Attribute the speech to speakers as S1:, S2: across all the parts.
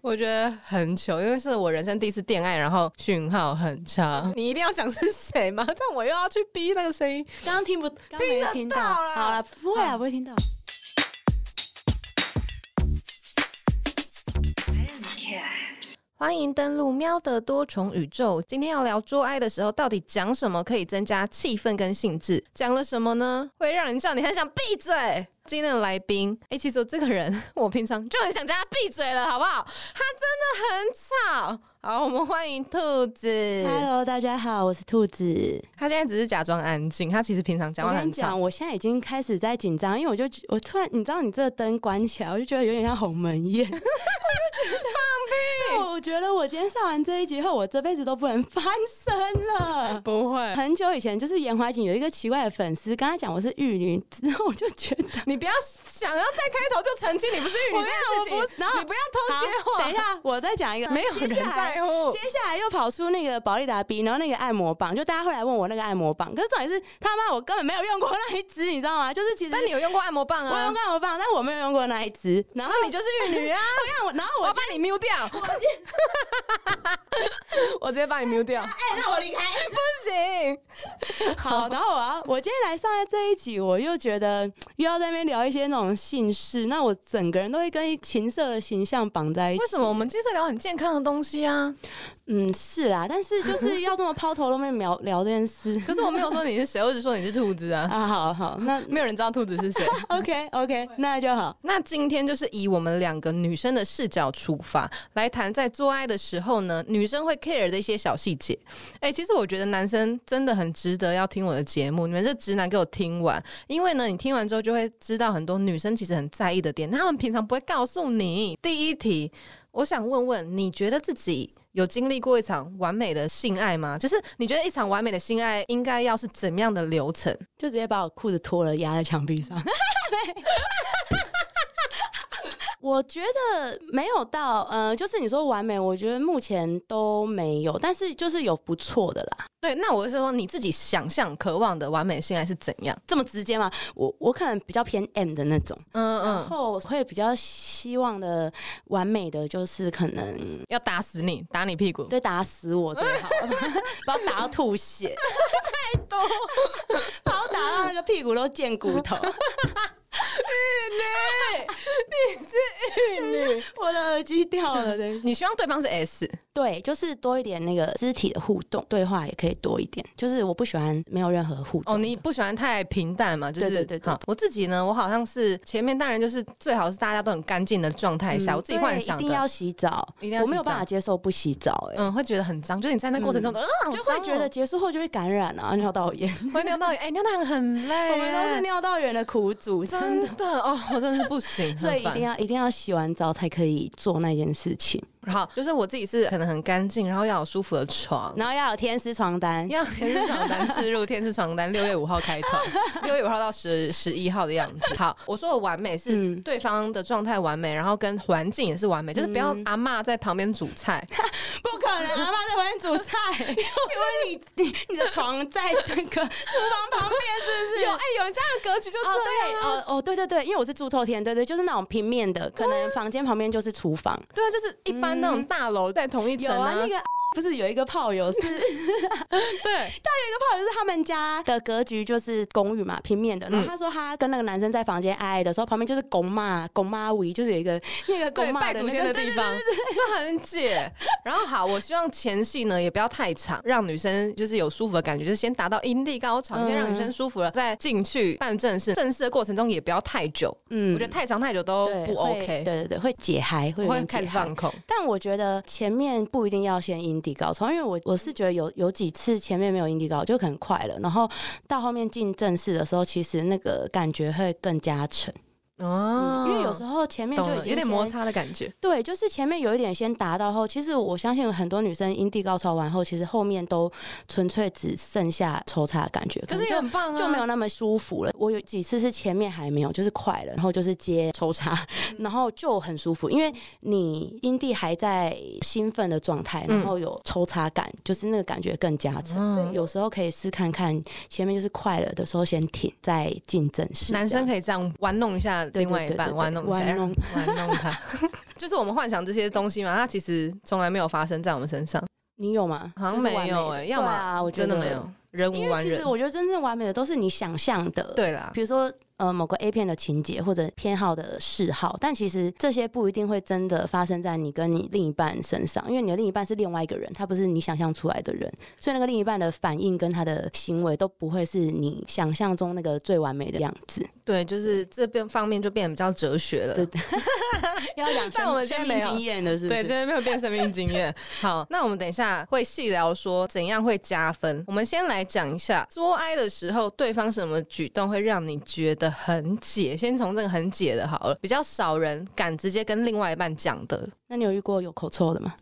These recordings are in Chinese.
S1: 我觉得很糗，因为是我人生第一次恋爱，然后讯号很差。 你一定要讲是谁吗？ 这样我又要去逼那个声音。
S2: 刚刚听不，刚刚没
S1: 得
S2: 听
S1: 到啦
S2: 好了，不会啊，不会听到。
S1: 欢迎登录喵的多重宇宙。今天要聊做爱的时候，到底讲什么可以增加气氛跟兴致？讲了什么呢？会让人叫你很想闭嘴。今天的来宾，哎、其实我这个人，我平常就很想叫他闭嘴了，好不好？他真的很吵。好，我们欢迎兔子。
S2: Hello，大家好，我是兔子。
S1: 他现在只是假装安静，他其实平常讲
S2: 我
S1: 话
S2: 跟
S1: 很
S2: 你
S1: 吵。
S2: 讲，我现在已经开始在紧张，因为我就我突然，你知道，你这个灯关起来，我就觉得有点像鸿门 宴。 放屁！我觉得我今天上完这一集后，我这辈子都不能翻身 了。
S1: 不会，
S2: 很久以前，就是严怀瑾有一个奇怪的粉丝，跟他讲我是玉女，之后我就觉得
S1: 你不要想要在开头就澄清你不是玉女
S2: 我
S1: 这件事
S2: 没
S1: 情
S2: 有我不，然后
S1: 你不要偷接话。
S2: 好等一，下，我再讲一个，
S1: 没有人
S2: 接下来
S1: 在乎
S2: 接。下来又跑出那个保利达 B，然后那个按摩棒，就大家会来问我那个按摩棒，可是重点是他妈我根本没有用过那一支，你知道吗？就是其实
S1: 但你有用过按摩棒
S2: 我用
S1: 啊？
S2: 过按摩棒，但我没有用过那一支。然后
S1: 那你就是玉女啊！
S2: 看我，然后
S1: 我
S2: 我
S1: 要把你 mute 掉， 我直接把你 mute 掉，
S2: 哎，那我离开。
S1: 不行。
S2: 好，然后我要，我今天来上这一集，我又觉得又要在那边聊一些那种姓氏，那我整个人都会跟一情色的形象绑在一起。
S1: 为什么我？们接着聊很健康的东西啊？
S2: 嗯，是啦，但是就是要这么抛头露面聊聊这件事。
S1: 可是我没有说你是谁，我只说你是兔子啊，
S2: 啊，好好，那
S1: 没有人知道兔子是谁。
S2: OK OK，那就好。
S1: 那今天就是以我们两个女生的视角出发来谈，在做爱的时候呢，女生会 care 的一些小细节。哎、其实我觉得男生真的很值得要听我的节目，你们这直男给我听完，因为呢，你听完之后就会知道很多女生其实很在意的点，但他们平常不会告诉你。第一题，我想问问，你觉得自己？有经历过一场完美的性爱吗？就是你觉得一场完美的性爱应该要是怎么样的流程？
S2: 就直接把我裤子脱了，压在墙壁 上。我觉得没有到，呃，就是你说完美，我觉得目前都没有，但是就是有不错的啦。
S1: 对，那我是说你自己想象、渴望的完美性爱是怎样？
S2: 这么直接吗？我我可能比较偏 M 的那种，
S1: 嗯嗯
S2: 然，后会比较希望的完美的就是可能
S1: 要打死你，打你屁股。
S2: 对打死我最 好，把我打到吐血， 太多，把我打到那个屁股都见骨头。玉女，你是玉女，我的耳机掉了，对
S1: 你希望对方是 S，
S2: 对，就是多一点那个肢体的互动，对话也可以多一点。就是我不喜欢没有任何互动。
S1: 哦，你不喜欢太平淡嘛？就是
S2: 对对对对
S1: 好我自己呢，我好像是前面当然就是最好是大家都很干净的状态下，
S2: 嗯
S1: 我自己幻想
S2: 对一定
S1: 的，
S2: 要洗澡，
S1: 一定要洗澡
S2: 我没有办法接受不洗澡、哎、
S1: 嗯，会觉得很脏，就是你在那过程中，嗯，好
S2: 就会
S1: 脏哦
S2: 觉 得结束后就会感染啊，尿道炎。
S1: 会尿道炎，哎，尿道炎很累，
S2: 我们都是尿道炎的苦主，啊真的。
S1: 真的哦，我真的是不行，
S2: 所以
S1: 很
S2: 一
S1: 烦。
S2: 定要一定要洗完澡才可以做那件事情，
S1: 好，就是我自己是可能很干净，然后要有舒服的床。
S2: 然后要有天丝床单。
S1: 要天使床单置入，天使床单六月五号开团，六月五号到十十一号的样子。好，我说的完美是
S2: 嗯
S1: 对方的状态完美，然后跟环境也是完美，就是不要
S2: 嗯
S1: 阿嬷在旁边煮菜，
S2: 不可能，阿妈在旁边煮 菜。请问你你你的床在这 个厨房旁边是不是？
S1: 有哎、有人家的格局就这
S2: 哦对
S1: 样、啊。
S2: 哦哦对对对，因为我是住透天，对对，就是那种平面的，可能房间旁边就是厨房。
S1: 对啊，就是一般那种大楼在同一层
S2: 嗯有啊，那个 不是有一个炮友 是
S1: 对，
S2: 那个炮友是他们家的格局就是公寓嘛，平面的。然后他说他跟那个男生在房间爱爱的时候，旁边就是公妈公妈位，就是有一个那个
S1: 对
S2: 公妈
S1: 拜
S2: 的
S1: 祖
S2: 那
S1: 先
S2: 个
S1: 的地方就很解。然后好，我希望前戏呢也不要太长，让女生就是有舒服的感觉，就是先达到阴蒂高潮，
S2: 嗯
S1: 先让女生舒服了，再进去办正事。正事的过程中也不要太久，
S2: 嗯
S1: 我觉得太长太久都
S2: 对
S1: 不
S2: 会
S1: OK，
S2: 对对对，会解嗨，会有
S1: 会
S2: 点
S1: 开
S2: 解
S1: 始
S2: 嗨
S1: 放。空。
S2: 但我觉得前面不一定要先阴蒂高潮，因为我我是觉得有有几次前面没有阴蒂高潮就可能快了，然后到后面进正式的时候，其实那个感觉会更加沉，
S1: 哦
S2: 嗯因为有时候前面
S1: 懂
S2: 就已
S1: 了，
S2: 经
S1: 有点摩
S2: 先。
S1: 擦的感觉。
S2: 对，就是前面有一点先达到后，其实我相信有很多女生阴蒂高潮完后，其实后面都纯粹只剩下抽插的感觉，
S1: 可
S2: 能
S1: 是也
S2: 就
S1: 很棒啊，
S2: 就没有那么舒服了。我有几次是前面还没有，就是快了，然后就是接抽插，
S1: 嗯
S2: 然后就很舒服，因为你阴蒂还在兴奋的状态，
S1: 嗯
S2: 然后有抽插感，就是那个感觉更加沉。所以有时候可以试看看，前面就是快了的时候先停，再进正式。
S1: 男生
S2: 以
S1: 可以这样玩弄一下
S2: 对
S1: 另外一
S2: 对对
S1: 半
S2: 对
S1: 玩弄一下
S2: 玩弄
S1: 玩弄他， 就是我们幻想这些东西嘛，它其实从来没有发生在我们身上，
S2: 你有吗？
S1: 好
S2: 就
S1: 像
S2: 是完
S1: 没有
S2: 美的
S1: 哎、要
S2: 对
S1: 么、
S2: 啊，我觉
S1: 真
S2: 得
S1: 的没有。人
S2: 因
S1: 无
S2: 为
S1: 完
S2: 其
S1: 人
S2: 实。我觉得真正完美的都是你想象的，
S1: 对啦，
S2: 比如说呃某个 A 片的情节或者偏好的嗜好，但其实这些不一定会真的发生在你跟你另一半身上，因为你的另一半是另外一个人，他不是你想象出来的人，所以那个另一半的反应跟他的行为都不会是你想象中那个最完美的样子。
S1: 对，就是这边方面就变得比较哲学了。
S2: 对要讲
S1: 但我们现在没有
S2: 经验的是不
S1: 对，
S2: 是？
S1: 这边没有变生命经 验。好，那我们等一下会细聊说怎样会加分。我们先来讲一下作哀的时候，对方什么举动会让你觉得很解？先从这个很解的好了，比较少人敢直接跟另外一半讲的。
S2: 那你有遇过有口臭的吗？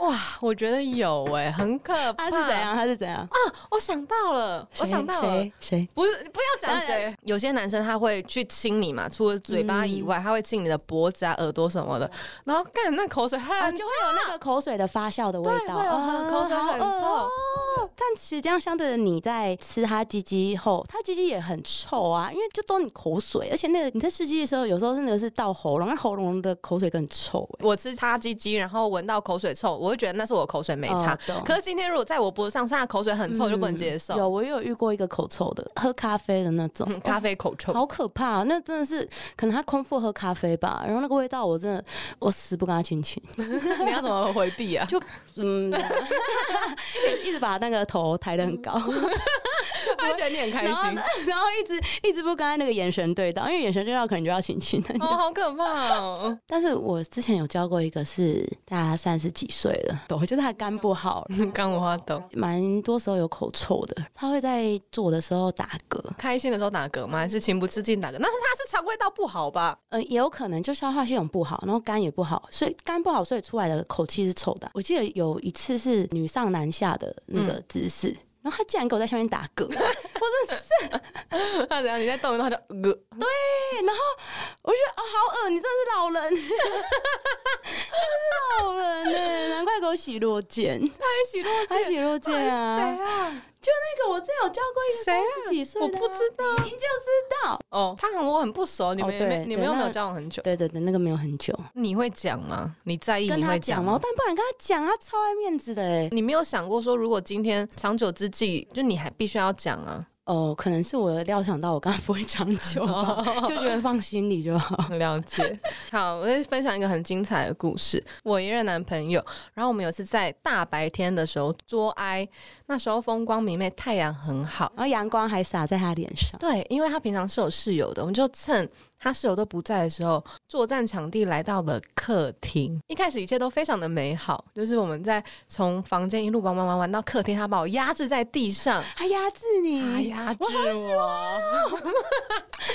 S1: 哇， 我觉得有哎、很可怕。
S2: 他啊是啊怎？样？他是怎样？
S1: 我想到了，我
S2: 谁
S1: 想到了。
S2: 谁谁？
S1: 不是，不要讲谁。有些男生他会去亲你嘛，除了嘴巴以外，他会亲你的脖子啊、耳朵什么的。然后干那口水很、
S2: 啊，就会有那个口水的发酵的味
S1: 对，
S2: 道，
S1: 会有
S2: 啊
S1: 口水
S2: 好
S1: 很
S2: 恶
S1: 臭。
S2: 哦但其实这样相对的，你在吃它鸡鸡后，它鸡鸡也很臭啊，因为就都你口水，而且那个你在吃鸡鸡的时候，有时候真的是到喉咙，那喉咙的口水更臭哎、
S1: 我吃擦鸡鸡，然后闻到口水臭，我会觉得那是我口水没擦。
S2: 哦懂嗯
S1: 可是今天如果在我脖子上，现在口水很臭，我就不能接 受。
S2: 有我也有遇过一个口臭的，喝咖啡的那种，
S1: 嗯咖啡口臭，
S2: 好可怕、啊！那真的是可能他空腹喝咖啡吧，然后那个味道我真的我死不跟他亲亲，
S1: 你要怎么回避 啊？
S2: 嗯，一直把那个头抬得很高。
S1: 他会觉得你很开
S2: 然后
S1: 心
S2: 呢，然后一直一直不跟他那个眼神对到，因为眼神对到可能就要亲亲。
S1: 哦，好可怕哦！
S2: 但是我之前有教过一个是大概三十几岁了，我觉得他肝不好，
S1: 刚我花豆，
S2: 蛮多时候有口臭的，他会在做的时候打嗝，
S1: 开心的时候打嗝吗？还是情不自禁打嗝？那是他是肠胃道不好 吧？
S2: 呃，也有可能就消化系统不好，然后肝也不好，所以肝不好，所以出来的口气是臭的。我记得有一次是女上男下的那个姿势。然后他竟然给嗯我在下面打嗝，
S1: 那怎样？你在动的话就呃，
S2: 我觉得啊、好恶，你真的是老人，真 的是老人呢、难怪给我洗落肩。
S1: 太喜乐
S2: 海喜若见啊
S1: 谁，啊？
S2: 那个我之前有教过一个
S1: 谁啊
S2: 三十几岁的、
S1: 我不知道。
S2: 你就知道。
S1: 哦，他很我很不熟，你们
S2: 哦
S1: 也
S2: 对
S1: 没你们
S2: 对
S1: 又没有
S2: 那
S1: 交往很久，
S2: 对对对，那个没有很久，
S1: 你会讲吗？你在意
S2: 跟
S1: 你
S2: 他
S1: 会
S2: 讲
S1: 讲
S2: 嘛，我？但不敢跟他讲，他超爱面子的哎。
S1: 你没有想过说，如果今天长久之计，就你还必须要讲啊，
S2: 哦，可能是我料想到我刚刚不会长久 吧，就觉得放心里就好。
S1: 了解。好，我再分享一个很精彩的故事。我一任男朋友，然后我们有一次在大白天的时候捉哀，那时候风光明媚，太阳很好。
S2: 然后阳光还洒在他脸上，
S1: 对，因为他平常是有室友的，我们就趁他室友都不在的时候，作战场地来到了客厅。一开始一切都非常的美好，就是我们在从房间一路玩玩玩玩到客厅，他把我压制在地上，
S2: 还压制你，
S1: 他压制我。
S2: 哦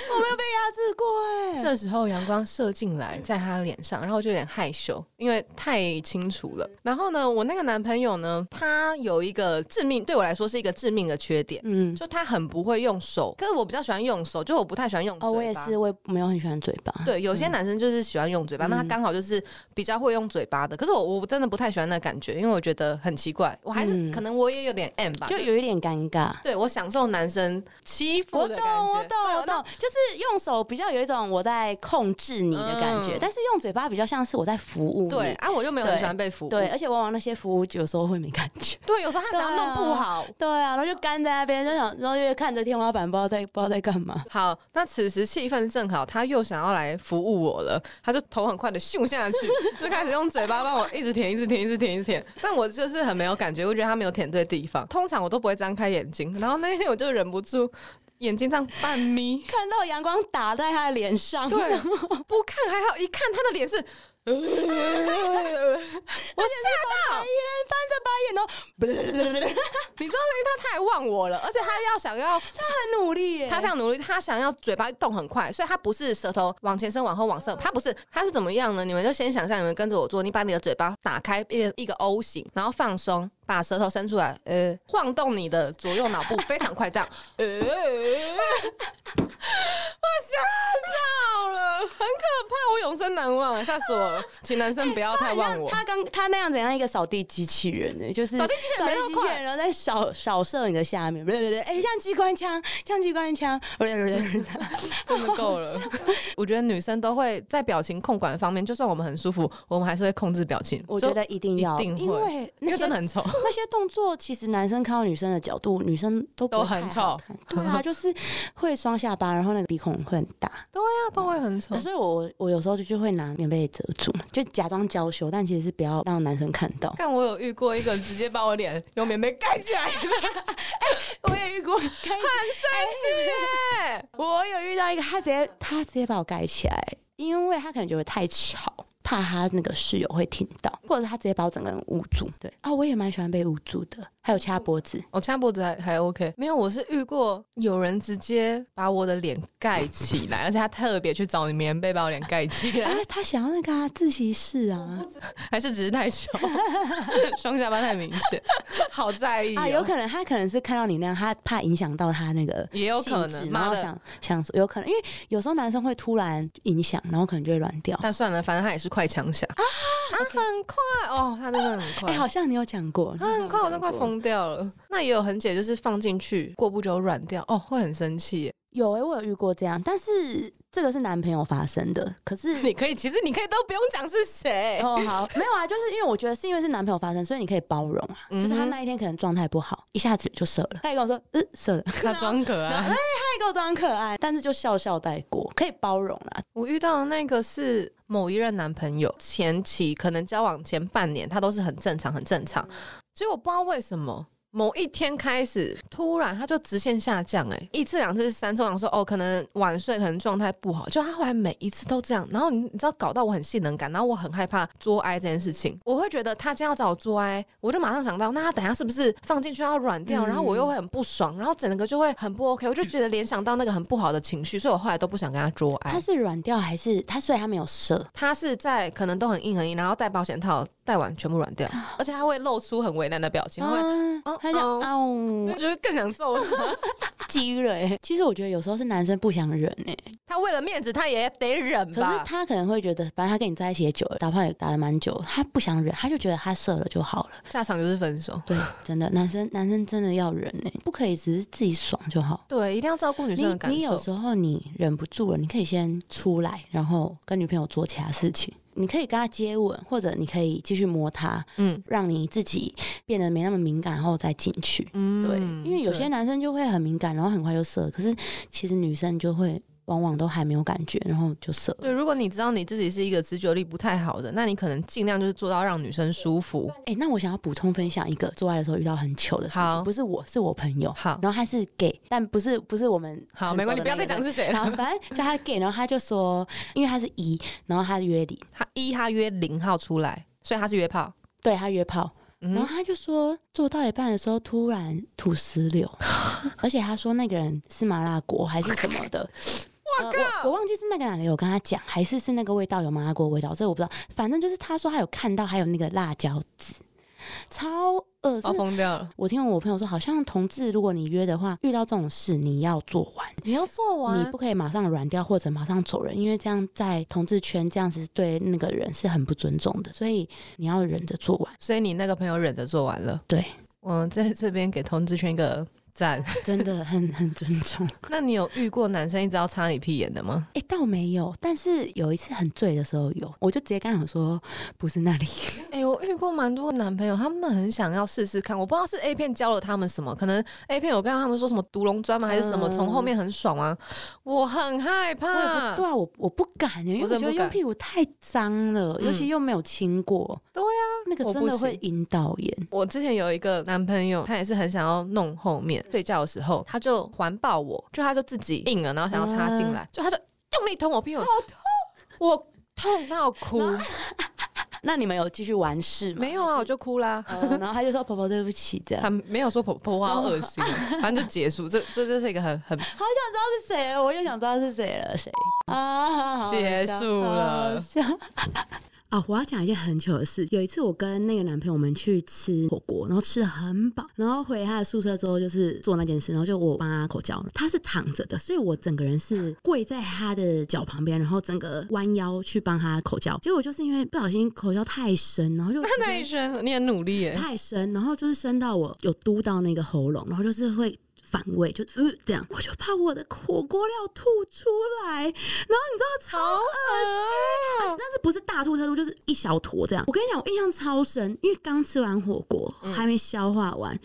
S2: 我没有被压制过哎。
S1: 这时候阳光射进来，
S2: 嗯
S1: 在他脸上，然后我就有点害羞，因为太清楚了。然后呢，我那个男朋友呢，他有一个致命，对我来说是一个致命的缺点，
S2: 嗯，
S1: 就他很不会用手。可是我比较喜欢用手，就我不太喜欢用嘴巴。
S2: 哦，我也是，。我也没有很喜欢嘴巴。
S1: 对，有些男生就是喜欢用嘴巴，那他
S2: 嗯
S1: 刚好就是比较会用嘴巴的。可是我我真的不太喜欢那感觉，因为我觉得很奇怪。我还是、
S2: 嗯
S1: 可能我也有点 M 吧，
S2: 就
S1: 就
S2: 有一点尴尬。
S1: 对我享受男生欺负
S2: 我
S1: 的
S2: 懂，
S1: 感觉。
S2: 我懂，
S1: 对
S2: 我懂，就是用手比较有一种我在控制你的感觉，
S1: 嗯
S2: 但是用嘴巴比较像是我在服务你。
S1: 对啊，我就没有很
S2: 对
S1: 喜欢被服务。
S2: 对，而且往往那些服务有时候会没感觉。
S1: 对，有时候他只要弄不好。
S2: 对啊，然后就干在那边，就想，然后又看着天花板，不知道在不知道在干嘛。
S1: 好，那此时气氛正好，他又想要来服务我了，他就头很快的咻下去， 就开始用嘴巴帮我一直舔，一直舔，一直舔，一直舔。但我就是很没有感觉，我觉得他没有舔对地方。通常我都不会张开眼睛，然后那天我就忍不住眼睛这样半眯，
S2: 看到阳光打在他的脸上，
S1: 对，不看还好，一看他的脸是，我吓到，
S2: 不是，不是不是不是
S1: 你知道，因为他太忘我了，而且他要想要
S2: 他很努力耶，
S1: 他非常努力，他想要嘴巴动很快，所以他不是舌头往前伸、往后、往
S2: 哦
S1: 上，他不是，他是怎么样呢？你们就先想象，你们跟着我做，你把你的嘴巴打开一个一个 O 型，然后放松，把舌头伸出来，呃，晃动你的左右脑部，非常快，这 样，呃，我吓到了，很可怕，我永生难忘，吓死我了，请男生不要太
S2: 他
S1: 忘
S2: 像
S1: 我。
S2: 他刚他那样怎样一个扫地机器人呢？就是
S1: 扫地机器人没那么
S2: 扫地机器
S1: 快
S2: 人然后在扫扫扫射你的下面，不对不对，哎、像机关枪，像机关枪，不对不对不对，
S1: 真的够了。我觉得女生都会在表情控管方面，就算我们很舒服，我们还是会控制表情。
S2: 我觉
S1: 就
S2: 得一定要，
S1: 一定会
S2: 因为
S1: 因
S2: 那
S1: 为
S2: 些
S1: 真的很丑，
S2: 那些动作，其实男生看到女生的角度，女生都不
S1: 都
S2: 会太
S1: 很
S2: 好
S1: 丑
S2: 看。对啊，就是会双下巴，然后那个鼻孔会很大。
S1: 那啊都会很丑
S2: 所以我我有时候就就会拿棉被遮住嘛，就假装娇羞，但其实是不要让男生看到。
S1: 但我有遇过一个直接把我脸用棉被盖起 来的，哎
S2: 我也遇过，很生气耶！我有遇到一个，他直接他直接把我盖起来，因为他可能觉得太吵。怕他那个室友会听到，或者他直接把我整个人捂住。对啊、我也蛮喜欢被捂住的，还有掐脖子。
S1: 我掐脖子还还 OK。没有，我是遇过有人直接把我的脸盖起 来，而且他特别去找棉被把我脸盖起
S2: 啊
S1: 来，，
S2: 他想要那个、啊、自习室啊，
S1: 还是只是太 丑，双下巴太明显，好在意哦、
S2: 啊，有可能他可能是看到你那样，他怕影响到他那个
S1: 也有可
S2: 性
S1: 能
S2: 质，然
S1: 妈
S2: 后
S1: 的
S2: 想想说有可能，因为有时候男生会突然影响，然后可能就会乱掉。
S1: 但算了，反正他也是快枪侠啊，他很快哦，他真的很
S2: 哎、
S1: 快，
S2: 好像你有讲过，
S1: 他啊很快， 我都快疯掉了。那也有很姐，就是放进去过不久软掉，哦，会很生气耶。
S2: 有哎、我有遇过这样，但是这个是男朋友发生的，可 是。
S1: 你可以，其实你可以都不用讲是谁，
S2: 哦，好，没有啊，就是因为我觉得是因为是男朋友发生，所以你可以包容啊。
S1: 嗯哼
S2: 就是他那一天可能状态不好，一下子就射了。他也跟我说，嗯，射了，
S1: 他
S2: 他
S1: 装 可爱。
S2: 也给我装可爱，但是就笑笑带过，可以包容啦。
S1: 我遇到的那个是某一任男朋友，前期可能交往前半年，他都是很正常，很正常。结果我不知道为什么。某一天开始，突然他就直线下降、欸，哎，一次、两次、三次，我想说，哦，可能晚睡，可能状态不好，就他后来每一次都这样，然后你你知道搞到我很性能感，然后我很害怕做爱这件事情，我会觉得他今天要找我做爱，我就马上想到，那他等下是不是放进去要软掉，
S2: 嗯
S1: 然后我又会很不爽，然后整个就会很不 OK，我就觉得联想到那个很不好的情绪，所以我后来都不想跟他做爱。
S2: 他是软掉还是他？虽然他没有射，
S1: 他是在可能都很硬很硬，然后戴保险套戴完全部软掉，而且他会露出很为难的表情，会、
S2: 啊，他就
S1: 嗯
S2: 啊呜
S1: 我觉得更想揍他。
S2: 鸡了、欸。其实我觉得有时候是男生不想忍哎、
S1: 他为了面子，他也得忍
S2: 可是
S1: 吧。
S2: 他可能会觉得，反正他跟你在一起也久了，打炮也打得蛮久，他不想忍，他就觉得他射了就好了。
S1: 下场就是分手。
S2: 对，真的，男生男生真的要忍哎、不可以只是自己爽就好。
S1: 对，一定要照顾女
S2: 你
S1: 生的感
S2: 你有
S1: 受。
S2: 时候你忍不住了，你可以先出来，然后跟女朋友做其他事情。你可以跟他接吻，或者你可以继续摸他，
S1: 嗯
S2: 让你自己变得没那么敏感，然后再进去。
S1: 嗯
S2: 对，因为有些男生就会很敏感，然后很快就射，可是其实女生就会往往都还没有感觉，然后就射了。
S1: 对，如果你知道你自己是一个直觉力不太好的，那你可能尽量就是做到让女生舒服。
S2: 哎、那我想要补充分享一个做爱的时候遇到很糗的事
S1: 好
S2: 情，不是我，是我朋友。
S1: 好，
S2: 然后他是 gay，但不是不是我们
S1: 好，
S2: 很
S1: 没关
S2: 熟
S1: 系，
S2: 的
S1: 不要再
S2: 那个啊
S1: 讲
S2: 人。
S1: 是谁
S2: 然
S1: 了
S2: 后。反正就他 gay，然后他就说，因为他是一，然后他约你，
S1: 他一他约零号出来，所以他是约炮。
S2: 对他约炮，然后
S1: 嗯，
S2: 他就说做到一半的时候突然吐石榴， 而且他说那个人是麻辣锅还是什么的。呃我我忘记是那个男的有跟他讲，还是是那个味道有麻辣锅味道，这我不知道。反正就是他说他有看到，还有那个辣椒籽，超恶
S1: 我
S2: 心。
S1: 哦疯掉了。
S2: 我听我朋友说，好像同志，如果你约的话，遇到这种事你要做完，啊
S1: 你要做
S2: 你不可以马上软掉或者马上走人，因为这样在同志圈这样子对那个人是很不尊重的，所以你要忍着做完。
S1: 所以你那个朋友忍着做完了。
S2: 对，
S1: 我在这边给同志圈一个赞。
S2: 真的很很尊重。
S1: 那你有遇过男生一直要插你屁眼的吗？
S2: 哎、倒没有，但是有一次很醉的时候有，我就直接跟他讲说不是那里，
S1: 哎、我遇过蛮多个男朋友，他们很想要试试看，我不知道是 A 片教了他们什么，可能 A 片有跟他们说什么毒龙砖吗，还是什么，
S2: 嗯
S1: 从后面很爽啊，我很害
S2: 我也
S1: 怕
S2: 不。对啊，我我不敢欸，因为
S1: 嗯我
S2: 我
S1: 真
S2: 觉
S1: 的
S2: 得
S1: 不
S2: 用
S1: 敢
S2: 屁股太脏了，尤
S1: 嗯
S2: 其又没有亲过。
S1: 对
S2: 啊，那个
S1: 我
S2: 真
S1: 不
S2: 的会
S1: 行
S2: 引导炎。
S1: 我之前有一个男朋友，他也是很想要弄后面，睡觉的时候他就环抱我，就他就自己硬了，然后想要插进来，就他就用力捅我嗯屁股，好痛，我痛到哭，
S2: 那你们有继续完事吗？
S1: 没有啊，我就哭啦。
S2: 呃，然后他就说：“婆婆，对不起。”这 样
S1: 他没有说婆婆话恶心，啊 反正就结束。这这就是一个很很
S2: 是谁？我又想知道是谁了，谁啊？好好
S1: 结
S2: 笑
S1: 束
S2: 好好
S1: 了
S2: 笑啊，我要讲一件很糗的事。有一次，我跟那个男朋友我们去吃火锅，然后吃的很饱，然后回他的宿舍之后，就是做那件事，然后就我帮他口交，他是躺着的，所以我整个人是跪在他的脚旁边，然后整个弯腰去帮他口交。结果就是因为不小心口交太深，然后就
S1: 太深，你很努力耶，
S2: 太深，然后就是深到我有嘟到那个喉咙，然后就是会。反胃就呃这样，我就把我的火锅料吐出来，然后你知道超恶心，啊
S1: 恶
S2: 但是不是大吐特吐，就是一小坨这样。我跟你讲，我印象超深，因为刚吃完火锅，
S1: 嗯
S2: 还没消化完，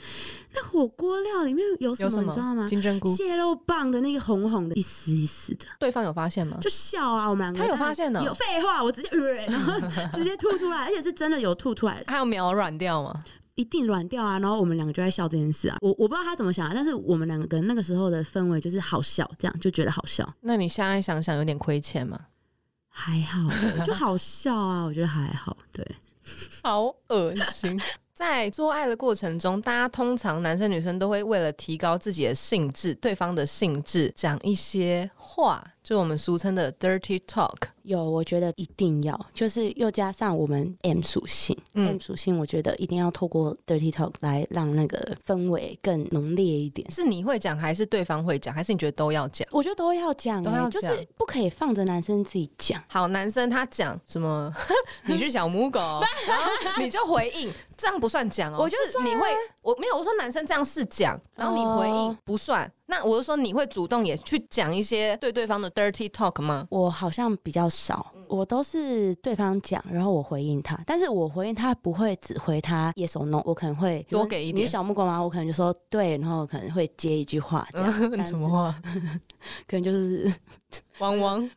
S2: 那火锅料里面有什
S1: 有
S2: 么
S1: 什
S2: 你
S1: 么
S2: 知道吗？
S1: 金 针菇，
S2: 蟹肉棒的那个红红的，一丝一丝的，
S1: 对方有发现吗？
S2: 就笑啊，我们两个
S1: 他有发现哦
S2: 有废话，我直接、呃，然后 直接吐出来，而且是真的有吐出来，
S1: 还有秒软掉吗？
S2: 一定软掉啊！然后我们两个就在笑这件事啊，我我不知道他怎么想啊，但是我们两个那个时候的氛围就是好笑，这样就觉得好笑，
S1: 那你现在想想有点亏欠吗？
S2: 还好， 就好笑啊，我觉得还好，对。
S1: 好恶心。 在做爱的过程中，大家通常男生女生都会为了提高自己的兴致、对方的兴致，讲一些话，就我们俗称的 dirty talk。
S2: 有，我觉得一定要，就是又加上我们 M 属性、
S1: 嗯
S2: m 属性，我觉得一定要透过 dirty talk 来让那个氛围更浓烈一点。
S1: 是你会讲，还是对方会讲，还是你觉得都要讲？
S2: 我觉得都要讲、
S1: 都
S2: 欸，
S1: 要
S2: 就是
S1: 讲
S2: 不可以放着男生自己讲。
S1: 好，男生他讲什 么，你是小 母狗，然后你就回应，这样不算讲哦。
S2: 我就是算啊
S1: 你会，我没有，我说男生这样是讲，然后你回应、
S2: 哦
S1: 不算。那我就说你会主动也去讲一些对对方的 dirty talk 吗？
S2: 我好像比较少，我都是对方讲，然后我回应他，但是我回应他不会只回他 yes or no，我可能会
S1: 多给一
S2: 你
S1: 点
S2: 是小木瓜吗？我可能就说对，然后我可能会接一句话，这样，但是
S1: 什么话？
S2: 可能就是
S1: 汪汪，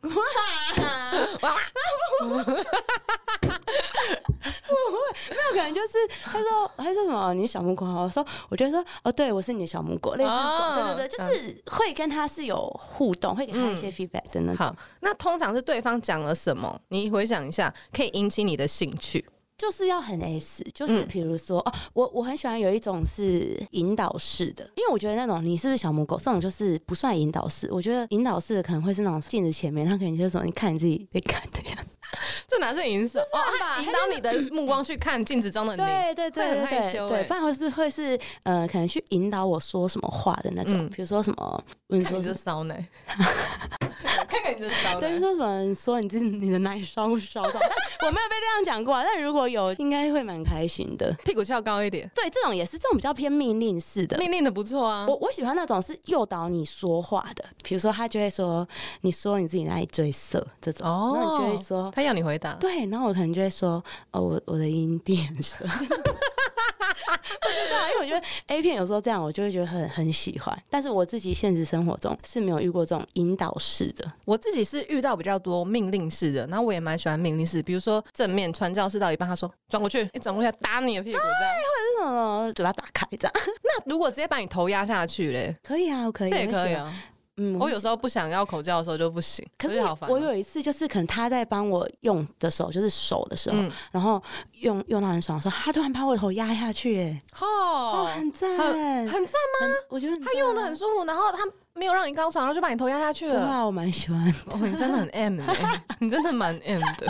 S2: 可能就是他说他说什么、哦、你是小木瓜，我说我就说哦，对我是你的小木瓜，类似这种，
S1: 哦
S2: 对对对，就是会跟他是有互动，会给他一些 feedback 的那种。
S1: 好，那通常是对方讲了什么？你回想一下，可以引起你的兴趣。
S2: 就是要很 S，就是
S1: 嗯
S2: 比如说、哦，我我很喜欢有一种是引导式的，因为我觉得那种你是不是小母狗这种就是不算引导式，我觉得引导式的可能会是那种镜子前面，他可能就是说你看你自己被看的样子，
S1: 这哪是引导？哦，
S2: 吧
S1: 他引导你的目光去看镜子中的你。
S2: 对对
S1: 会 很害羞欸
S2: 对，不然会是会是呃，可能去引导我说什么话的那种，
S1: 嗯
S2: 比如说什么，你
S1: 看
S2: 说
S1: 你
S2: 什
S1: 这
S2: 么
S1: 骚奶， 看看你这骚
S2: 对，
S1: 奶。
S2: 说什么说你自己你的奶烧 烧到，但我没有被这样讲过、啊，但如果有，应该会蛮开心的。
S1: 屁股翘高一点，
S2: 对，这种也是这种比较偏命令式的。
S1: 命令的不错啊
S2: 我。我喜欢那种是诱导你说话的，比如说他就会说，你说你自己哪里最色这种，
S1: 哦
S2: 然后你就会说，
S1: 他要你回答，
S2: 对，然后我可能就会说，哦，我我的阴蒂很色， 我就这样，因为我觉得 A 片有时候这样，我就会觉得很很喜欢，但是我自己现实生活中是没有遇过这种引导式的，
S1: 我自己是遇到比较多命令式的，然后我也蛮喜欢命令式，比如说正面传教士到一半，他说转过去，一哎转过去打你的屁股这样。
S2: 这种哦嘴巴打开这样，
S1: 那如果直接把你头压下去嘞，
S2: 可以啊，我可以，
S1: 这也
S2: 我会
S1: 可以
S2: 喜欢
S1: 啊。
S2: 嗯，
S1: 我有时候不想要口交的时候就不行，
S2: 可
S1: 我
S2: 是
S1: 觉得好烦哦。
S2: 我有一次就是可能他在帮我用的时候，就是手的时候，
S1: 嗯
S2: 然后用用到很爽的时候，他突然把我的头压下去，哎，
S1: 哦，
S2: 哦，很赞，
S1: 很很赞，
S2: 很我觉得
S1: 他用的很舒服，然后他没有让你高潮，然后就把你头压下去
S2: 对
S1: 了。
S2: 啊，我蛮喜欢的。
S1: 哦，你真 的很 M 哎、你真的蛮 M 的。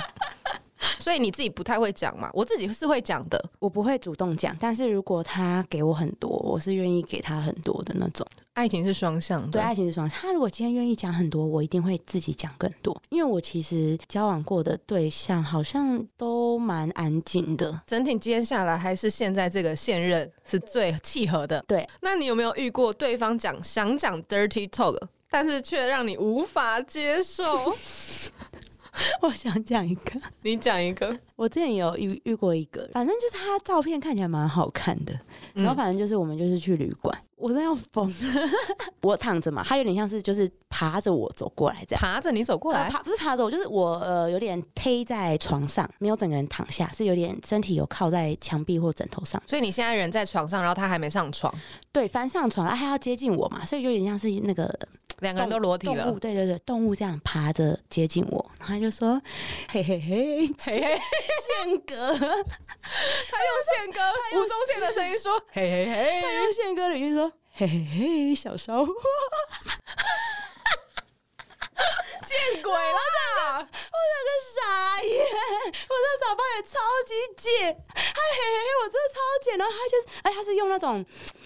S1: 所以你自己不太会讲嘛？我自己是会讲的。
S2: 我不会主动讲，但是如果他给我很多，我是愿意给他很多的那种。
S1: 爱情是双向的，
S2: 对，爱情是双向。他如果今天愿意讲很多，我一定会自己讲更多，因为我其实交往过的对象好像都蛮安静的。
S1: 整体接下来还是现在这个现任是最契合的。
S2: 对，
S1: 那你有没有遇过对方讲想讲 dirty talk，但是却让你无法接受？
S2: 我想讲一个，
S1: 你讲一个，
S2: 我之前有遇遇过一个，反正就是他照片看起来蛮好看的，然后反正就是我们就是去旅馆，嗯我真的要疯 了，我躺着嘛，他有点像是就是爬着我走过来这样。
S1: 啊爬着你走过
S2: 呃
S1: 来，
S2: 爬不是爬着我，就是我呃有点推在床上，没有整个人躺下，是有点身体有靠在墙壁或枕头上。
S1: 所以你现在人在床上，然后他还没上床，
S2: 对，翻上床，啊、他要接近我嘛，所以有点像是那个
S1: 两个人都裸体
S2: 动
S1: 了
S2: 物，。对对对，动物这样爬着接近我，然后他就说：“嘿嘿嘿，
S1: 嘿嘿，
S2: 间隔。”
S1: 他 用宪哥吴宗宪的声音说：“ 嘿嘿嘿。
S2: 他用宪哥的语气说：“嘿嘿嘿，小骚货。”结
S1: 见鬼啦！
S2: 傻眼，我这小胖也超级解，他嘿嘿，我真的超解，然后他就是，哎，他是用那种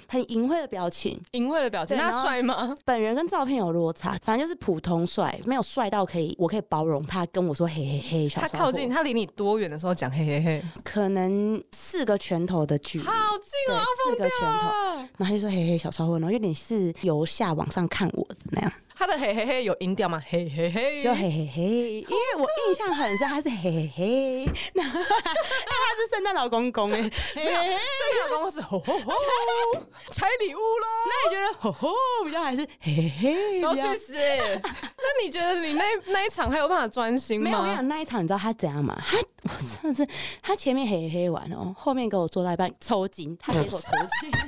S2: 很淫秽的表情，
S1: 淫秽的表情，
S2: 对
S1: 那
S2: 然
S1: 他
S2: 后
S1: 帅吗？
S2: 本人跟照片有落差，反正就是普通帅，没有帅到可以，我可以包容他跟我说嘿嘿嘿，小
S1: 他
S2: 骚
S1: 靠
S2: 货
S1: 近，他离你多远的时候讲嘿嘿嘿，
S2: 可能四个拳头的距离，
S1: 好近
S2: 对
S1: 哦，
S2: 四个拳头，
S1: 啊！
S2: 然后他就说嘿嘿小骚货，然后有点是由下往上看我的那样，
S1: 他的嘿嘿嘿有音调吗？嘿嘿嘿，
S2: 就嘿嘿嘿，因为我印象很深，他是嘿嘿嘿，然后 他是圣诞老公公哎、
S1: 没有，圣诞老公公 是吼吼吼，拆礼物喽，
S2: 那你觉得吼吼比较还是嘿嘿嘿？
S1: 都
S2: 比较
S1: 去死！那你觉得你那那一场还有办法专心
S2: 没有，我跟你
S1: 吗？
S2: 讲那一场，你知道他怎样吗？他我真的是，他前面嘿嘿嘿完哦，后面给我做到一半抽筋，他给我抽筋。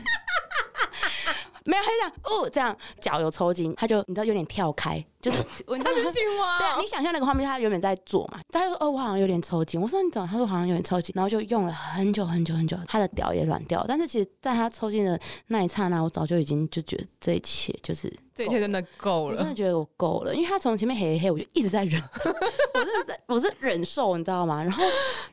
S2: 没有，他就这样，哦，这样脚有抽筋，他就你知道有点跳开， 就是我你知
S1: 他
S2: 道
S1: 是青蛙
S2: 对，
S1: 哦，
S2: 啊你想象那个画面，他原本在做嘛，他就说：“哦，我好像有点抽筋。”我说：“你怎么？”他说：“好像有点抽筋。”然后就用了很久很久很久，他的屌也软掉了。但是其实，在他抽筋的那一刹那，我早就已经就觉得这一切就是
S1: 这一切真的够
S2: 哦我真
S1: 了
S2: 的。觉得我够了，因为他从前面嘿嘿嘿，我就一直 在忍，我真的在，我是忍受，你知道吗？然后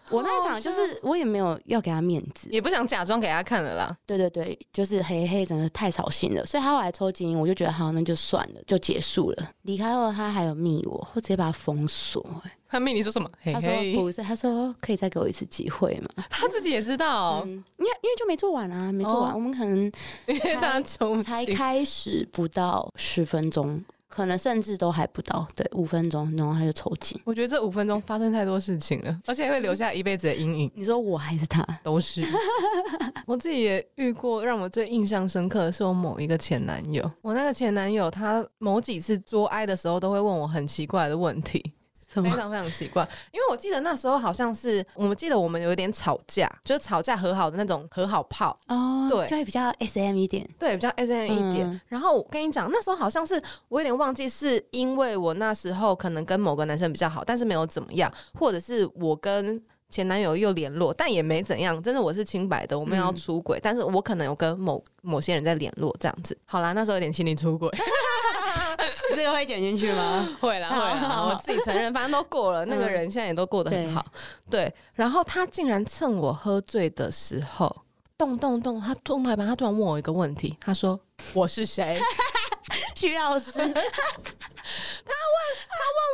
S2: 我那一场就是我也没有要给他面子，
S1: 也不想假装给他看了啦，
S2: 对对对，就是嘿嘿，真的太扫兴了，所以他后来抽筋，我就觉得好，那就算了，就结束了。离开后，他还有密我，我直接把他封锁、欸
S1: 他命你说什么？嘿
S2: 他说
S1: 嘿，
S2: 不是，他说可以再给我一次机会嘛？
S1: 他自己也知道，
S2: 嗯，因为因为就没做完啊，没做完，
S1: 哦
S2: 我们可能
S1: 因为他穷
S2: 才
S1: 尽
S2: 开始不到十分钟，可能甚至都还不到，对，五分钟，然后他就抽筋。
S1: 我觉得这五分钟发生太多事情了，而且会留下一辈子的阴影。
S2: 你说我还是他？
S1: 都是， 我自己也遇过，让我最印象深刻的是我某一个前男友。我那个前男友，他某几次作哀的时候，都会问我很奇怪的问题，
S2: 什
S1: 非？常非常奇怪。因为我记得那时候好像是，我们记得我们有一点吵架，就是吵架和好的那种和好炮，
S2: 哦，
S1: 对
S2: 就会比较 S M 一点。
S1: 对，比较 S N 一点。
S2: 嗯
S1: 然后我跟你讲，那时候好像是我有点忘记，是因为我那时候可能跟某个男生比较好，但是没有怎么样，或者是我跟。前男友又联络，但也没怎样。真的，我是清白的，我没有要
S2: 嗯
S1: 出轨，但是我可能有跟某某些人在联络这样子。好啦，那时候有点心理出轨，
S2: 这个会剪进去吗？
S1: 会啦会
S2: 好
S1: 啦，
S2: 好
S1: 我自己承认，反正都过 了。那个
S2: 嗯
S1: 人现在也都过得很
S2: 对
S1: 好，对。然后他竟然趁我喝醉的时候，动动动，他动台板，他突然问我一个问题，他说：“我是 谁？”
S2: 徐老 师，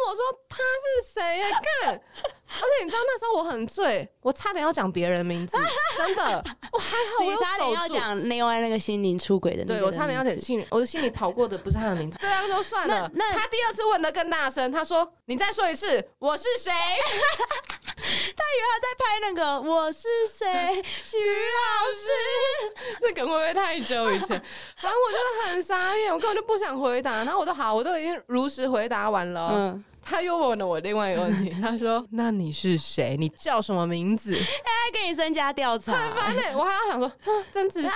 S1: 我说他是谁 呀、干！而且你知道那时候我很醉，我差点要讲别人 名字，真的，我还好，我
S2: 你
S1: 有
S2: 差点
S1: 守
S2: 要
S1: 住。
S2: 讲另外那个心灵出轨的那个
S1: 对，
S2: 人
S1: 我差点要
S2: 名
S1: 点
S2: 字。啊
S1: 心里，我的心里跑过的不是他的名字，这样就算了。
S2: 那那
S1: 他第二次问的更大声，他说：“你再说一次，我是谁
S2: 他在拍那个我是 谁， 徐老师，？”
S1: 这梗会不会太久以前？ 反正我就很傻眼，我根本就不想回答。然后我都好，我都已经如实回答完了。
S2: 嗯，
S1: 他又问了我另外一个 问题，他说：“那你是谁？你叫什么名字？”
S2: 他在给你身家调查
S1: 很。烦呢、我还要想说，啊，真子轩，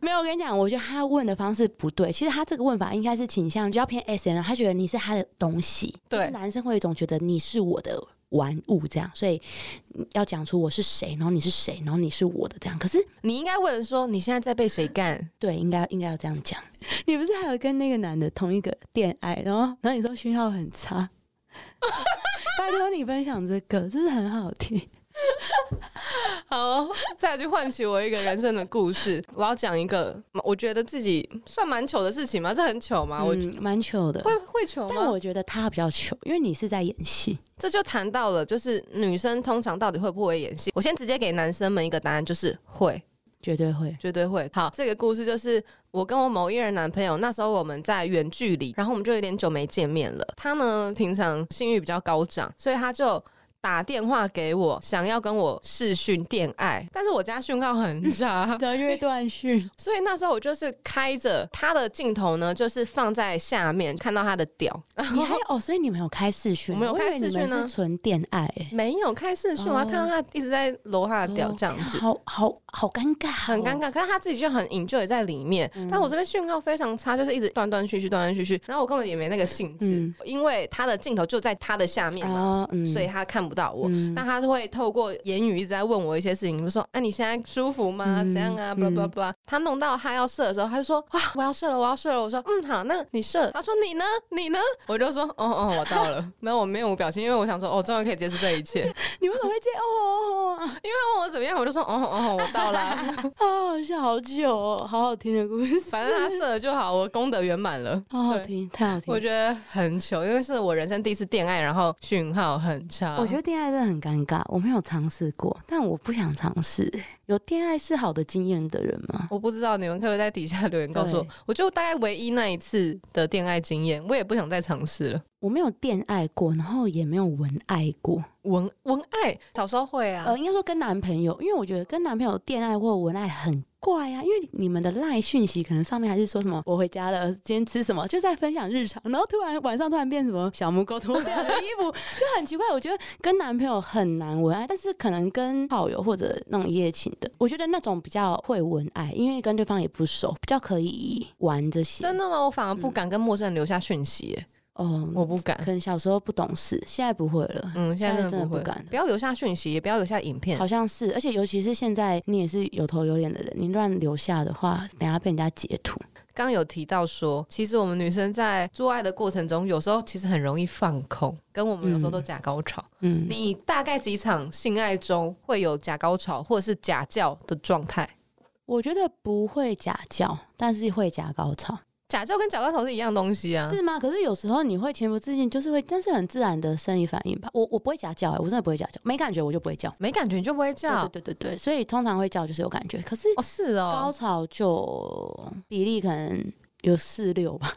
S2: 没有，我跟你讲，我觉得他问的方式不对。其实他这个问法应该是倾向比较偏 S M，他觉得你是他的东西。
S1: 对
S2: 就是男生会有一种觉得你是我的玩物这样，所以要讲出我是谁，然后你是谁，然后你是我的这样。可是
S1: 你应该问说你现在在被谁干？
S2: 对，应该应该要这样讲。 你不是还有跟那个男的同一个恋爱，然后然后你说讯号很差， 拜托你分享这个，这是很好听。
S1: 好，哦再去唤起我一个人生的故事。我要讲一个，我觉得自己算蛮糗的事情吗？这很糗吗？我
S2: 嗯，蛮糗的。
S1: 会会糗
S2: 但
S1: 吗？
S2: 我觉得他比较糗，因为你是在演戏。
S1: 这就谈到了，就是女生通常到底会不会演戏？我先直接给男生们一个答案，就是会。
S2: 绝对会，
S1: 绝对会。好，这个故事就是我跟我某一任男朋友，那时候我们在远距离，然后我们就有点久没见面了。他呢，平常性欲比较高涨，所以他就。打电话给我，想要跟我视讯恋爱，但是我家讯号很 差，
S2: 对，因为断讯，
S1: 所以那时候我就是开着他的镜头呢，就是放在下面看到他的屌，
S2: 你还有哦，所以你们有开视讯，
S1: 我们有
S2: 以为
S1: 开视讯
S2: 你们
S1: 啊
S2: 是纯恋爱、欸，
S1: 没有开视讯，
S2: 哦
S1: 我还看到他一直在揉他的屌这样子。
S2: 好好好尴尬、哦
S1: 很尴。尬，可是他自己就很 enjoy 在里面，但
S2: 嗯
S1: 我这边讯号非常差，就是一直断断续续、断断续续，然后我根本也没那个兴致，
S2: 嗯
S1: 因为他的镜头就在他的下面嘛，
S2: 啊，嗯，
S1: 所以他看不不到我，
S2: 嗯
S1: 那他就会透过言语一直在问我一些事情，比如说，哎、你现在舒服吗？
S2: 嗯
S1: 怎样啊？
S2: 嗯
S1: 叭叭叭。他弄到他要射的时候，他就说，哇，我要射了，我要射了。我说，嗯，好，那你射。他说，你呢？你呢？我就说，哦哦，我到了。然后我面无表情，因为我想说，哦，终于可以结束这一切。
S2: 你为什么会接哦哦哦啊？
S1: 因为他问我怎么样，我就说，哦哦，我到了。
S2: 好好笑，好久哦，好好听的故事，
S1: 反正他射了就好，我功德圆满了。
S2: 好好听，太好听
S1: 我
S2: 了。
S1: 觉得很糗，因为是我人生第一次恋爱，然后讯号很差。
S2: 我觉得恋爱真的很尴尬，我没有尝试过，但我不想尝试。有恋爱是好的经验的人吗？
S1: 我不知道你们可不可以在底下留言告诉我
S2: 对。
S1: 我就大概唯一那一次的恋爱经验，我也不想再尝试了。
S2: 我没有恋爱过，然后也没有文爱过。
S1: 文文爱小时候会啊，
S2: 呃，应该说跟男朋友，因为我觉得跟男朋友恋爱或文爱很怪啊，因为你们的赖讯息可能上面还是说什么我回家了，今天吃什么，就在分享日常，然后突然晚上突然变什么小母狗脱掉了衣服，就很奇怪。我觉得跟男朋友很难文爱，但是可能跟好友或者那种一夜情的，我觉得那种比较会文爱，因为跟对方也不熟，比较可以玩这些。
S1: 真的吗？我反而不敢跟陌生人留下讯息耶、
S2: 哦，
S1: 我不敢
S2: 可。能小时候不懂事，现在不会了。
S1: 嗯，现
S2: 现
S1: 在
S2: 在
S1: 真的
S2: 真的
S1: 不
S2: 不
S1: 会，
S2: 敢了
S1: 不要留下讯息，也不要留下影片
S2: 好。像是，而且尤其是现在你也是有头有脸的人，你乱留下的话，等下被人家截图。
S1: 刚有提到说，其实我们女生在做爱的过程中，有时候其实很容易放空，跟我们有时候都假高潮。
S2: 嗯，
S1: 你大概几场性爱中会有假高潮或者是假叫的状态？
S2: 我觉得不会假叫，但是会假高潮，
S1: 假叫跟假高潮是一样东西啊。
S2: 是吗？可是有时候你会情不自禁，就是会，但是很自然的生理反应吧。我我不会假叫、欸，我真的不会假叫，没感觉我就不会叫。
S1: 没感觉你就不会叫
S2: 对对对对对，所以通常会叫就是有感觉，可是
S1: 哦，是
S2: 高
S1: 哦，
S2: 潮就比例可能有四六吧，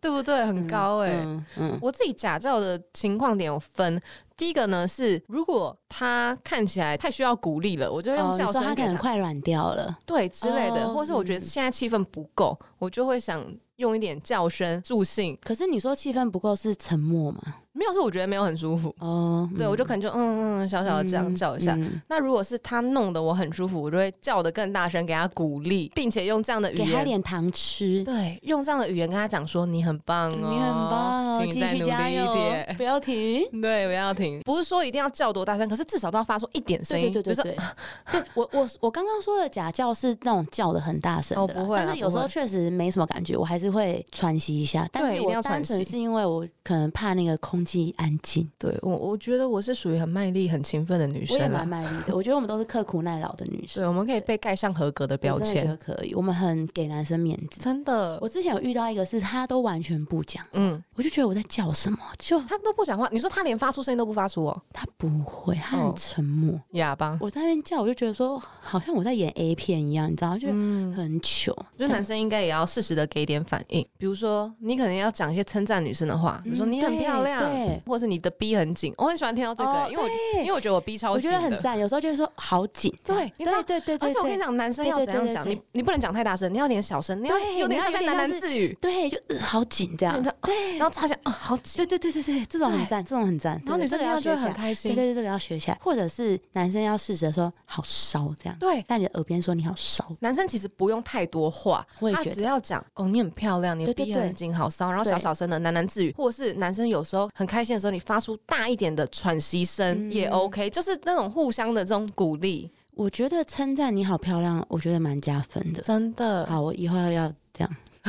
S1: 对不对？很高哎、
S2: 嗯嗯，
S1: 我自己假叫的情况点有分，第一个呢是如果他看起来太需要鼓励了，我就会用
S2: 哦，你
S1: 叫
S2: 说
S1: 声
S2: 他
S1: 给
S2: 可能快软掉了，
S1: 对之类的，
S2: 哦
S1: 或是我觉得
S2: 嗯
S1: 现在气氛不够，我就会想用一点叫声助兴。
S2: 可是你说气氛不够是沉默嘛？
S1: 没有是我觉得没有很舒服，
S2: 哦，
S1: 对我就可能就嗯嗯小小的这样叫一下。
S2: 嗯嗯
S1: 那如果是他弄得我很舒服，我就会叫得更大声，给他鼓励，并且用这样的语
S2: 给他
S1: 言，
S2: 点糖吃。
S1: 对，用这样的语言跟他讲说你很棒哦，请你再努力一点。
S2: 不要停。
S1: 对，不要停，不是说一定要叫多大声，可是至少都要发出一点声
S2: 对
S1: 音，
S2: 对对
S1: 比如
S2: 对
S1: 说
S2: 对，对我我我刚刚说的假叫是那种叫的很大声的啦、
S1: 哦不会啦
S2: 但是有时候
S1: 不会
S2: 确实没什么感觉，我还是会喘息一下。但
S1: 对一
S2: 是
S1: 定要
S2: 我单
S1: 喘
S2: 纯
S1: 息
S2: 是因为我可能怕那个空气安静，
S1: 对我，我觉得我是属于很卖力、很勤奋的女
S2: 我也
S1: 生啊
S2: 蛮
S1: 啦。
S2: 卖力的。我觉得我们都是刻苦耐劳的女生，
S1: 对，我们可以被盖上合格的标
S2: 我真的觉
S1: 签，
S2: 得可以，我们很给男生面子。
S1: 真的。
S2: 我之前有遇到一个是他都完全不讲，
S1: 嗯，
S2: 我就觉得我在叫什么，就
S1: 他们都不讲话，你说他连发出声音都不发出哦，
S2: 他不会，他
S1: 哦
S2: 很沉默。
S1: 哑巴。
S2: 我在那边叫，我就觉得说好像我在演 A 片一样，你知道，就
S1: 嗯，
S2: 很糗。
S1: 我觉得男生应该也要适时的给一点反应，比如说你可能要讲一些称赞女生的话，比如说
S2: 嗯
S1: 你很
S2: 对
S1: 漂亮，
S2: 对
S1: 或是你的逼很紧，我很喜欢听到这个、
S2: 哦
S1: 因为我
S2: 对
S1: 因为我觉得我逼超
S2: 我
S1: 紧
S2: 觉
S1: 的，
S2: 得很赞，有时候就会说好紧，
S1: 对你知道
S2: 对对对
S1: 而
S2: 对
S1: 且我跟你
S2: 对，
S1: 讲，男生
S2: 对
S1: 要
S2: 对
S1: 怎
S2: 对
S1: 样
S2: 对
S1: 讲，
S2: 对
S1: 你你不能讲太大声，你要有点小声，你要
S2: 对
S1: 有点像在
S2: 你要
S1: 喃
S2: 有点像
S1: 喃
S2: 是
S1: 自语，
S2: 对就、呃好紧这样，
S1: 然后
S2: 对
S1: 然后插起来啊、好紧，
S2: 对对对对对，这种很赞，这种很赞。
S1: 然后
S2: 对
S1: 女生听
S2: 这
S1: 到
S2: 个要
S1: 就
S2: 学
S1: 会
S2: 起
S1: 很
S2: 来，
S1: 开
S2: 对
S1: 心，
S2: 对对，这个要学起来，或者是男生要试着说好骚这样，
S1: 对。
S2: 在你的耳边说你好骚，
S1: 男生其实不用太多话，
S2: 我也
S1: 他
S2: 觉
S1: 只
S2: 得。
S1: 要讲哦，你很漂亮，你的
S2: 对对
S1: 逼很
S2: 对
S1: 紧，好骚，然后小
S2: 对
S1: 小声的喃喃自语，或者是男生有时候很开心的时候，你发出大一点的喘息声
S2: 嗯
S1: 也 OK，就是那种互相的这种鼓励，
S2: 我觉得称赞你好漂亮，我觉得蛮加分的。
S1: 真的。
S2: 好，我以后要这样。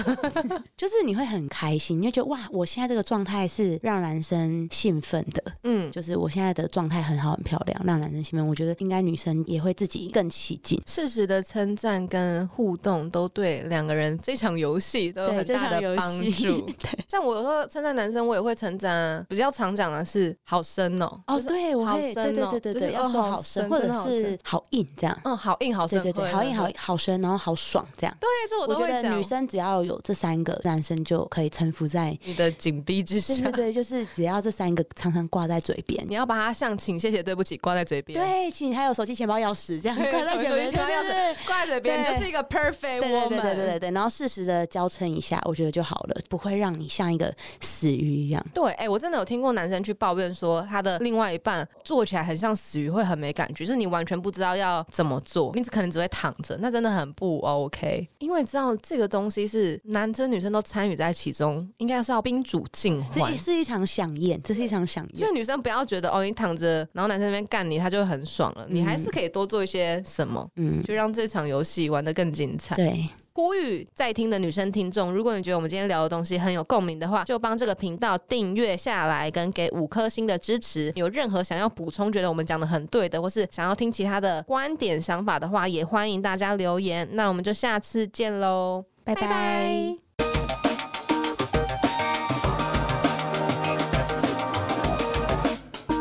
S2: 就是你会很开心，你会觉得哇，我现在这个状态是让男生兴奋的，
S1: 嗯，
S2: 就是我现在的状态很好，很漂亮，让男生兴奋。我觉得应该女生也会自己更起劲。
S1: 适时的称赞跟互动都对两个人这场游戏都有
S2: 对
S1: 很大
S2: 这场
S1: 的
S2: 游
S1: 帮
S2: 戏
S1: 助。像我有时候称赞男生，我也会称赞啊，比较常讲的是“好深哦”，
S2: 哦，
S1: 就是
S2: 对，我
S1: 好
S2: 会，对
S1: 深
S2: 对
S1: 哦
S2: 对对
S1: 就是
S2: 对，
S1: 哦
S2: 要说
S1: 好
S2: 好深，
S1: 深
S2: 或
S1: 真
S2: 者
S1: 的好
S2: 是
S1: 深
S2: 好硬这样。
S1: 嗯，好硬，好
S2: 对
S1: 深，
S2: 对对，
S1: 会
S2: 好硬好
S1: 会
S2: 好深，然后好爽这样。
S1: 对，这我
S2: 我
S1: 都
S2: 觉
S1: 会
S2: 得
S1: 讲。
S2: 女生只要有这三个，男生就可以臣 服在。
S1: 你的紧逼之
S2: 对
S1: 下
S2: 对，对，就是只要这三个常常挂在嘴边
S1: 你。要把它像请、谢谢、对不起挂在嘴边，
S2: 对，请还有手机、钱包、钥匙这 样
S1: 对
S2: 挂在
S1: 手
S2: 前
S1: 机
S2: 面，
S1: 钱包
S2: 对
S1: 钥匙
S2: 对
S1: 挂在嘴边，你
S2: 对
S1: 就是一个 perfect
S2: 对对对对
S1: woman。
S2: 对对对对，然后适时的娇嗔一下，我觉得就好了，不会让你像一个死鱼一样。
S1: 对，哎、我真的有听过男生去抱怨说，他的另外一半做起来很像死鱼，会很没感觉，就是你完全不知道要怎么做，你只可能只会躺着，那真的很不 OK。因为知道这个东西是是男生女生都参与在其中，应该是要宾主尽欢
S2: 这。是一场飨宴，这是一场飨
S1: 所
S2: 宴
S1: 以。女生不要觉得哦，你躺着，然后男生在那边干你，他就很爽了。你还是可以多做一些什么，
S2: 嗯，
S1: 就让这场游戏玩得更精彩。
S2: 对，
S1: 呼吁在听的女生听众，如果你觉得我们今天聊的东西很有共鸣的话，就帮这个频道订阅下来，跟给五颗星的支持。有任何想要补充，觉得我们讲的很对的，或是想要听其他的观点、想法的话，也欢迎大家留言。那我们就下次见喽，
S2: 拜拜。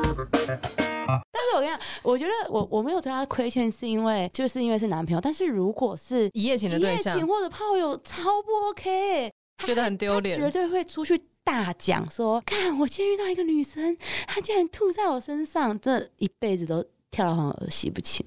S2: 但是我跟你讲，我觉得我我没有对他亏欠，是因为就是因为是男朋友。但是如果是
S1: 一夜情的
S2: 一
S1: 对
S2: 夜
S1: 象
S2: 情或者炮友，超不 OK，欸
S1: 觉得很丢脸，
S2: 绝对会出去大讲说：“看，我今天遇到一个女生，她竟然吐在我身上，这一辈子都跳到黄河洗不清。”